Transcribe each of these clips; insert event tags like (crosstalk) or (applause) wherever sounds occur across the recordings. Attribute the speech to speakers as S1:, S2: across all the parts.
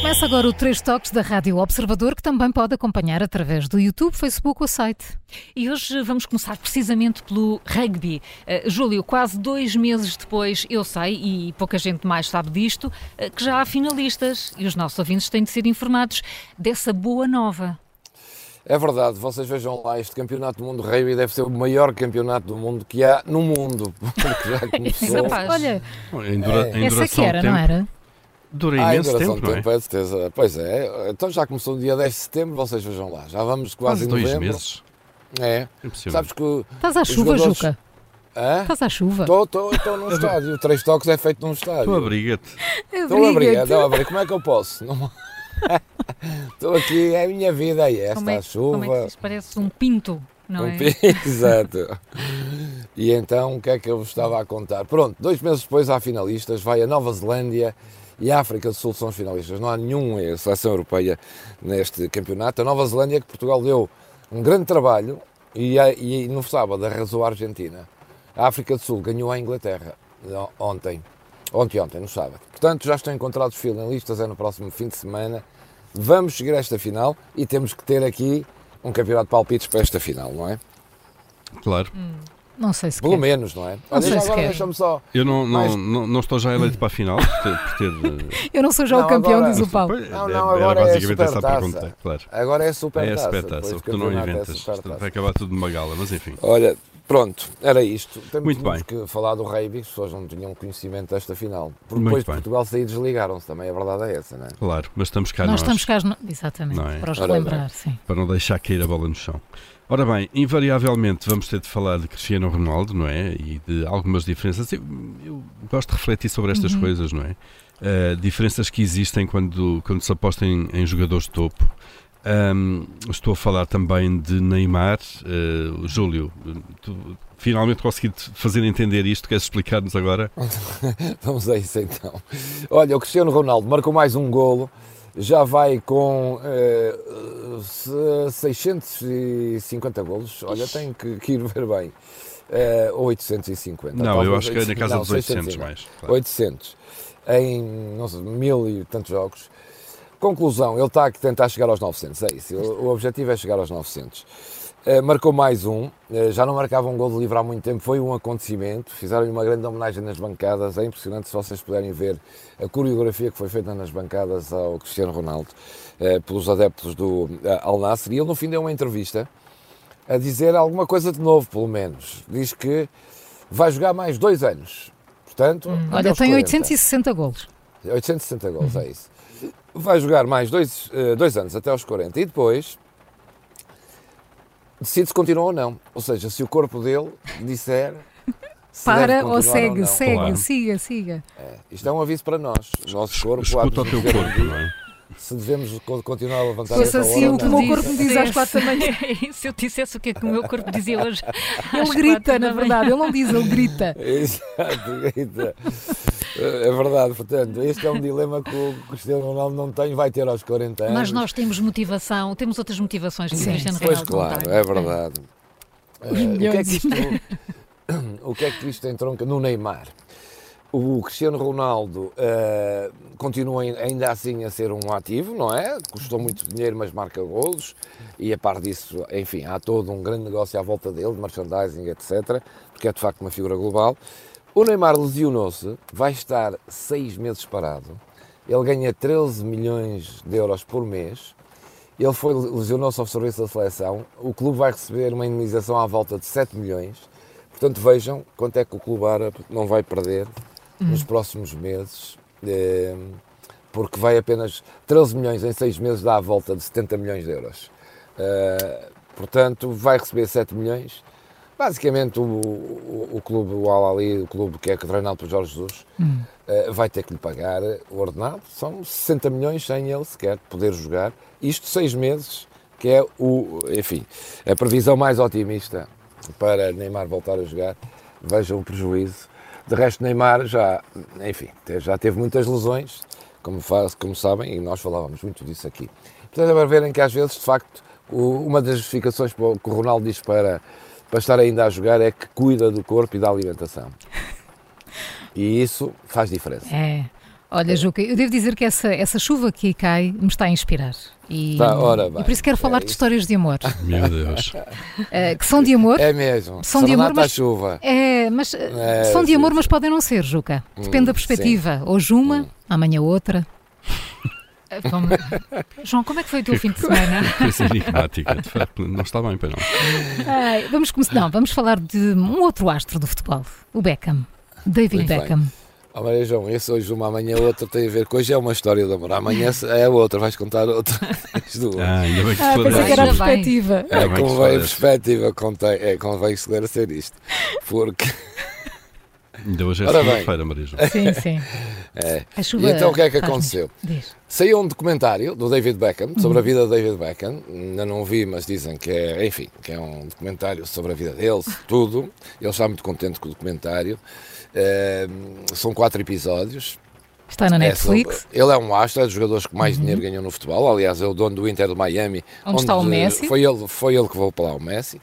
S1: Começa agora o Três Toques da Rádio Observador, que também pode acompanhar através do YouTube, Facebook ou site.
S2: E hoje vamos começar precisamente pelo rugby. Uh, Júlio, quase dois meses depois, eu sei, e pouca gente mais sabe disto, uh, que já há finalistas e os nossos ouvintes têm de ser informados dessa boa nova.
S3: É verdade, vocês vejam lá, este campeonato do mundo de rugby deve ser o maior campeonato do mundo que há no mundo, (laughs) porque já começou.
S2: Rapaz,
S1: Olha,
S4: Em dura, em
S1: essa é que
S4: duração
S1: era,
S4: de
S1: não
S4: tempo-
S1: era?
S4: Dura
S3: É. Ah, em
S4: imenso
S3: duração
S4: tempo,
S3: de
S4: não é?
S3: tempo, é de certeza. Pois é, então já começou no dia 10 de setembro, vocês vejam lá, já vamos quase
S4: Quase
S3: em
S4: dois
S3: novembro.
S4: meses.
S3: É,
S4: Impossível.
S3: sabes que...
S1: Estás à
S3: Os
S1: chuva,
S3: jogadores-
S1: Juca?
S3: Hã?
S1: Estás à chuva?
S3: Estou
S4: (laughs)
S3: num estádio, o Três Toques é feito num
S4: Tu
S3: estádio.
S4: abriga-te.
S3: Estou obrigado, a abrir. Como é que eu posso? (laughs) Não- Estou aqui, é a minha vida, é esta
S2: como é,
S3: a chuva.
S2: como é que diz? Parece um pinto, não
S3: Um
S2: é?
S3: pi- (laughs) Exato. E então, o que é que eu vos estava a contar? Pronto, dois meses depois há finalistas, vai a Nova Zelândia e a África do Sul são os finalistas. Não há nenhum eh, seleção europeia neste campeonato. A Nova Zelândia, que Portugal deu um grande trabalho e, a- e no sábado arrasou a Argentina. A África do Sul ganhou a Inglaterra eh, ontem. Ontem, ontem, no sábado. Portanto, já estão encontrados finalistas, é no próximo fim de semana. Vamos chegar a esta final e temos que ter aqui um campeonato de palpites para esta final, não é?
S4: Claro.
S1: Hum. Não sei se
S3: Pelo
S1: quer.
S3: menos, não é? Olha,
S1: sei
S3: já
S1: se
S3: agora
S1: querem.
S3: deixa-me só.
S4: Eu não, não,
S3: Mas-
S4: não, não estou já eleito para a final, por ter. Por
S1: (laughs)
S4: ter eh,
S1: Eu não sou já o
S3: Não,
S1: campeão,
S3: agora- é
S1: diz o Paulo.
S4: pois,
S3: Não,
S4: era-
S3: não,
S4: era
S3: agora é
S4: basicamente essa a
S3: supertaça.
S4: pergunta, claro.
S3: Agora é a super
S4: É a
S3: taça.
S4: supertaça, o que tu não
S3: é
S4: inventas. Isto é vai acabar tudo de uma gala, mas enfim.
S3: Olha, pronto, era isto. Temos
S4: Muito
S3: tínhamos
S4: bem.
S3: que falar do rugby, as pessoas não tinham conhecimento desta final. Porque
S4: Muito
S3: depois de
S4: bem.
S3: Portugal sair desligaram-se também, a verdade é essa, não é?
S4: Claro, mas estamos cá
S1: Nós
S4: nós,
S1: estamos cá, no- exatamente,
S4: Não é?
S1: para os
S3: Ora bem.
S1: relembrar, sim.
S4: para não deixar cair a bola no chão. Ora bem, invariavelmente vamos ter de falar de Cristiano Ronaldo, não é? E de algumas diferenças. Eu, eu gosto de refletir sobre estas coisas, não é? Eh, diferenças que existem quando, quando se aposta em, em jogadores de topo. Ahm, estou a falar também de Neymar. Eh, Júlio, tu finalmente consegui fazer entender isto. Queres explicar-nos agora?
S3: Ah, (laughs) Vamos a isso então. Olha, o Cristiano Ronaldo marcou mais um golo, já vai com eh, se- 650 golos. Olha, tenho que, que ir ver bem. Eh, ou 850.
S4: não, eu
S3: talvez
S4: acho que é na casa
S3: não,
S4: dos 800
S3: 650.
S4: mais. claro.
S3: 800 em não sei, mil e tantos jogos. Conclusão, ele está a tentar chegar aos 900, é isso. O o objetivo é chegar aos 900. Eh, marcou mais um, eh, já não marcava um gol de livre há muito tempo, foi um acontecimento. Fizeram-lhe uma grande homenagem nas bancadas, é impressionante se vocês puderem ver a coreografia que foi feita nas bancadas ao Cristiano Ronaldo eh, pelos adeptos do eh, Al Nassr. E ele, no fim, deu uma entrevista a dizer alguma coisa de novo, pelo menos. Diz que vai jogar mais dois anos. Portanto, até
S1: Hum. Olha,
S3: aos
S1: tem
S3: 40.
S1: 860 golos.
S3: 860 gols, é isso. Vai jogar mais dois, eh, dois anos até aos 40 e depois decide se continua ou não. Ou seja, se o corpo dele disser. se deve
S1: Para
S3: continuar
S1: ou segue,
S3: não.
S1: segue,
S4: Claro.
S1: siga, siga.
S3: Isto é um aviso para nós. O nosso corpo há de
S4: Escuta o
S3: nos
S4: teu
S3: dizer
S4: corpo, não é?
S3: Se devemos co- continuar a levantar
S1: Se fosse
S3: essa
S1: assim,
S3: hora,
S1: o
S3: ou
S1: que
S3: não.
S1: o meu corpo me diz às
S2: Dissesse.
S1: quatro
S2: (laughs)
S1: da manhã.
S2: Se eu dissesse o que é que o meu corpo dizia hoje. (laughs) às
S1: Ele grita,
S2: quatro da
S1: na
S2: manhã.
S1: verdade, ele não diz, ele grita.
S3: Exato, grita. É verdade, portanto, este é um dilema que o Cristiano Ronaldo não tem, vai ter aos 40 anos.
S2: Mas nós temos motivação, temos outras motivações que o
S1: Sim,
S2: Cristiano
S1: sim.
S3: Pois
S2: Ronaldo não
S3: claro,
S2: tem.
S3: é verdade. Eh, o, que é
S1: milhões.
S3: que isto, (laughs) o que é que isto entronca no Neymar? O Cristiano Ronaldo eh, continua ai- ainda assim a ser um ativo, não é? Custou muito dinheiro, mas marca golos. E a par disso, enfim, há todo um grande negócio à volta dele, de merchandising, etc. Porque é de facto uma figura global. O Neymar lesionou-se, vai estar seis meses parado. Ele ganha 13 milhões de euros por mês. Ele foi, lesionou-se ao serviço da seleção. O clube vai receber uma indemnização à volta de 7 milhões. Portanto, vejam quanto é que o clube árabe não vai perder nos próximos meses, eh, porque vai apenas 13 milhões em 6 meses dá à volta de 70 milhões de euros. Eh, portanto, vai receber 7 milhões. Basicamente, o, o, o clube, o Al-Ali, o clube que é treinado por Jorge Jesus, eh, vai ter que lhe pagar o ordenado. São 60 milhões sem ele sequer poder jogar. Isto seis meses, que é o, enfim, a previsão mais otimista para Neymar voltar a jogar. Vejam o prejuízo. De resto, Neymar já, enfim, te- já teve muitas lesões, como, faz, como sabem, e nós falávamos muito disso aqui. Portanto, é para verem que às vezes, de facto, o- uma das justificações para o- que o Ronaldo diz para, para estar ainda a jogar é que cuida do corpo e da alimentação. E isso faz diferença.
S1: É. Olha, Juca, eu devo dizer que essa, essa chuva que cai me está a inspirar. E,
S3: Tá, ora
S1: e
S3: bem,
S1: por isso quero
S3: é
S1: falar de
S3: isso.
S1: histórias de amor.
S4: Meu
S3: (laughs)
S4: Deus.
S1: eh, que são
S2: (laughs)
S1: de amor,
S3: É mesmo.
S1: São de amor,
S3: Serenata à
S1: mas-
S3: chuva.
S1: é, mas eh,
S3: É,
S1: são de
S3: sim,
S1: amor,
S3: sim.
S1: mas podem não ser, Juca. Depende
S3: Hum,
S1: da perspectiva. Hoje uma, amanhã
S3: (laughs)
S1: outra.
S2: Eh, como- João, como é que foi o teu fim de semana?
S4: Coisa é enigmática, de facto. Não está bem, pois não.
S1: Ai, vamos começar. Não, vamos falar de um outro astro do futebol, o Beckham. David
S3: Muito bem.
S1: Beckham.
S3: Ó Oh, Maria João, esse hoje uma, amanhã outra tem a ver com hoje é uma história de amor, amanhã é outra, vais contar outra. (laughs) As duas.
S4: Ah, ainda bem que
S5: Ah, pensei que era
S1: Ainda
S5: a
S1: bem.
S5: perspectiva.
S3: É,
S4: Ainda bem que
S3: convém a
S4: esclarece.
S3: perspectiva, contém, é, convém esclarecer isto. Porque.
S4: Ainda hoje é
S3: Ora bem.
S4: segunda-feira, Maria João.
S1: Sim, sim.
S3: É.
S1: A
S3: E
S1: chuva
S3: então o que é que
S1: faz-me-
S3: aconteceu?
S1: Diz.
S3: Saiu um documentário do David Beckham
S1: Uhum.
S3: sobre a vida de David Beckham. Ainda não vi, mas dizem que é, enfim, que é um documentário sobre a vida dele, tudo. Ele está muito contente com o documentário. Eh, são quatro episódios.
S1: Está na
S3: É
S1: Netflix. Uhum.
S3: sobre- ele é um astro, é dos jogadores que mais dinheiro ganhou no futebol. Aliás, é o dono do Inter de Miami.
S2: Onde está o Messi?
S3: Foi ele, foi ele que voltou para lá, o Messi.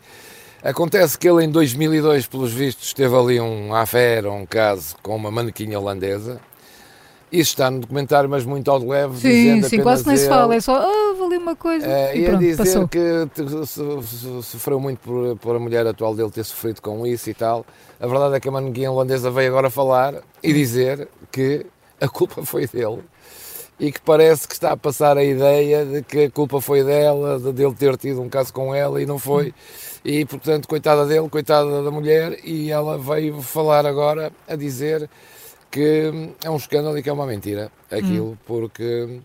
S3: Acontece que ele em 2002, pelos vistos, teve ali um affair, um caso com uma manequinha holandesa. Isso está no documentário, mas muito ao de leve.
S1: Sim,
S3: dizendo
S1: sim, quase
S3: apenas
S1: nem se
S3: ele-
S1: fala, é só, ah, valeu uma coisa.
S3: é,
S1: e
S3: ia
S1: pronto,
S3: dizer
S1: passou.
S3: que te- so- so- sofreu muito por, por a mulher atual dele ter sofrido com isso e tal. A verdade é que a manequim holandesa veio agora falar e dizer que a culpa (laughs) foi dele e que parece que está a passar a ideia de que a culpa foi dela, de dele ter tido um caso com ela e não foi. E portanto, coitada dele, coitada da mulher, e ela veio falar agora a dizer que hum, é um escândalo e que é uma mentira aquilo, porque hum,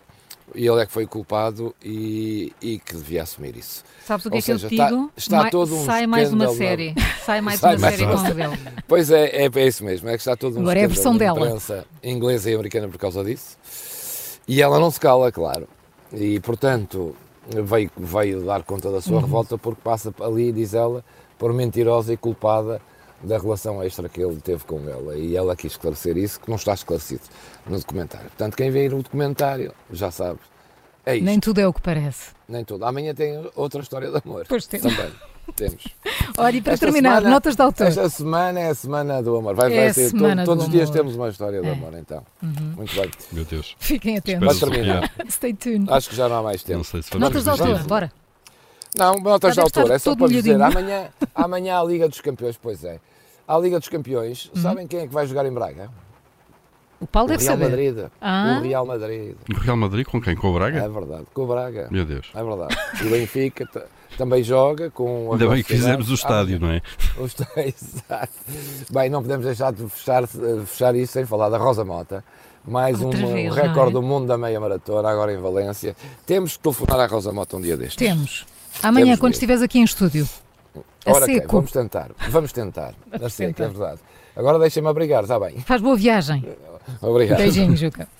S3: ele é que foi culpado e, e que devia assumir isso.
S2: Sabes o que
S3: Ou
S2: é que eu
S3: seja,
S2: te
S3: está-
S2: digo?
S3: está
S2: Mai-
S3: todo um
S2: Sai mais uma
S3: escândalo.
S2: série. Sai mais
S3: Sai
S2: uma
S3: mais
S2: série
S3: uma
S2: com o dele.
S3: Pois é, é, é isso mesmo, é que está todo um
S1: Agora é a versão
S3: escândalo na
S1: dela.
S3: imprensa inglesa e americana por causa disso. E ela não se cala, claro. E portanto veio, veio dar conta da sua
S1: Uhum.
S3: revolta porque passa ali, diz ela, por mentirosa e culpada da relação extra que ele teve com ela. E ela quis esclarecer isso, que não está esclarecido no documentário. Portanto, quem vê o documentário já sabe. É isto,
S1: Nem
S3: nem,
S1: tudo é o que parece.
S3: tudo. Amanhã tem outra história de amor.
S1: Pois temos.
S3: Também temos.
S1: Olha, e para
S3: Esta
S1: terminar,
S3: semana-
S1: notas de autor.
S3: Esta semana é a semana do amor. Vai,
S1: É
S3: vai
S1: a
S3: ser. to-
S1: semana do
S3: todos os dias
S1: amor.
S3: temos uma história do
S1: É.
S3: amor, então. Muito bem.
S4: Meu Deus.
S1: Fiquem
S4: Espero
S1: atentos.
S3: Vai terminar.
S4: desviar.
S1: Stay tuned.
S3: Acho que já não há mais
S4: Não
S3: tempo.
S4: sei se vamos
S1: Notas de
S4: fazer
S1: autor,
S4: isso.
S1: bora.
S3: Não, notas de
S1: Já deve
S3: autor.
S1: estar
S3: É só
S1: todo
S3: para vos dizer.
S1: molhadinho.
S3: Amanhã, amanhã há a Liga dos Campeões. Pois é. Há a Liga dos Campeões. Sabem quem é que vai jogar em Braga?
S1: O Paulo
S3: o
S1: Uhum. deve
S3: Real
S1: saber.
S3: Madrid.
S1: Ah.
S3: O Real Madrid.
S4: O Real Madrid com quem? Com o Braga?
S3: É verdade. Com o Braga.
S4: Meu Deus.
S3: É verdade. O Benfica t- também joga com. o
S4: Ainda bem que
S3: Arsenal.
S4: fizemos o estádio, não é?
S3: Os três, (laughs) exato. Bem, não podemos deixar de fechar, eh, fechar isso sem falar da Rosa Mota. Mais um,
S2: Outra
S3: um
S2: vez,
S3: recorde
S2: não
S3: do mundo da meia maratona, agora em Valência. Temos que telefonar à Rosa Mota um dia destes.
S1: Temos. Amanhã,
S3: Temos
S1: quando
S3: mesmo.
S1: estiveres aqui em estúdio, a
S3: Ora, ok,
S1: seco,
S3: vamos tentar. Vamos tentar. A seca,
S1: tentar.
S3: é verdade. Agora deixem-me abrigar, está bem. (laughs)
S1: faz boa viagem.
S3: Obrigado.
S1: Beijinho, Juca.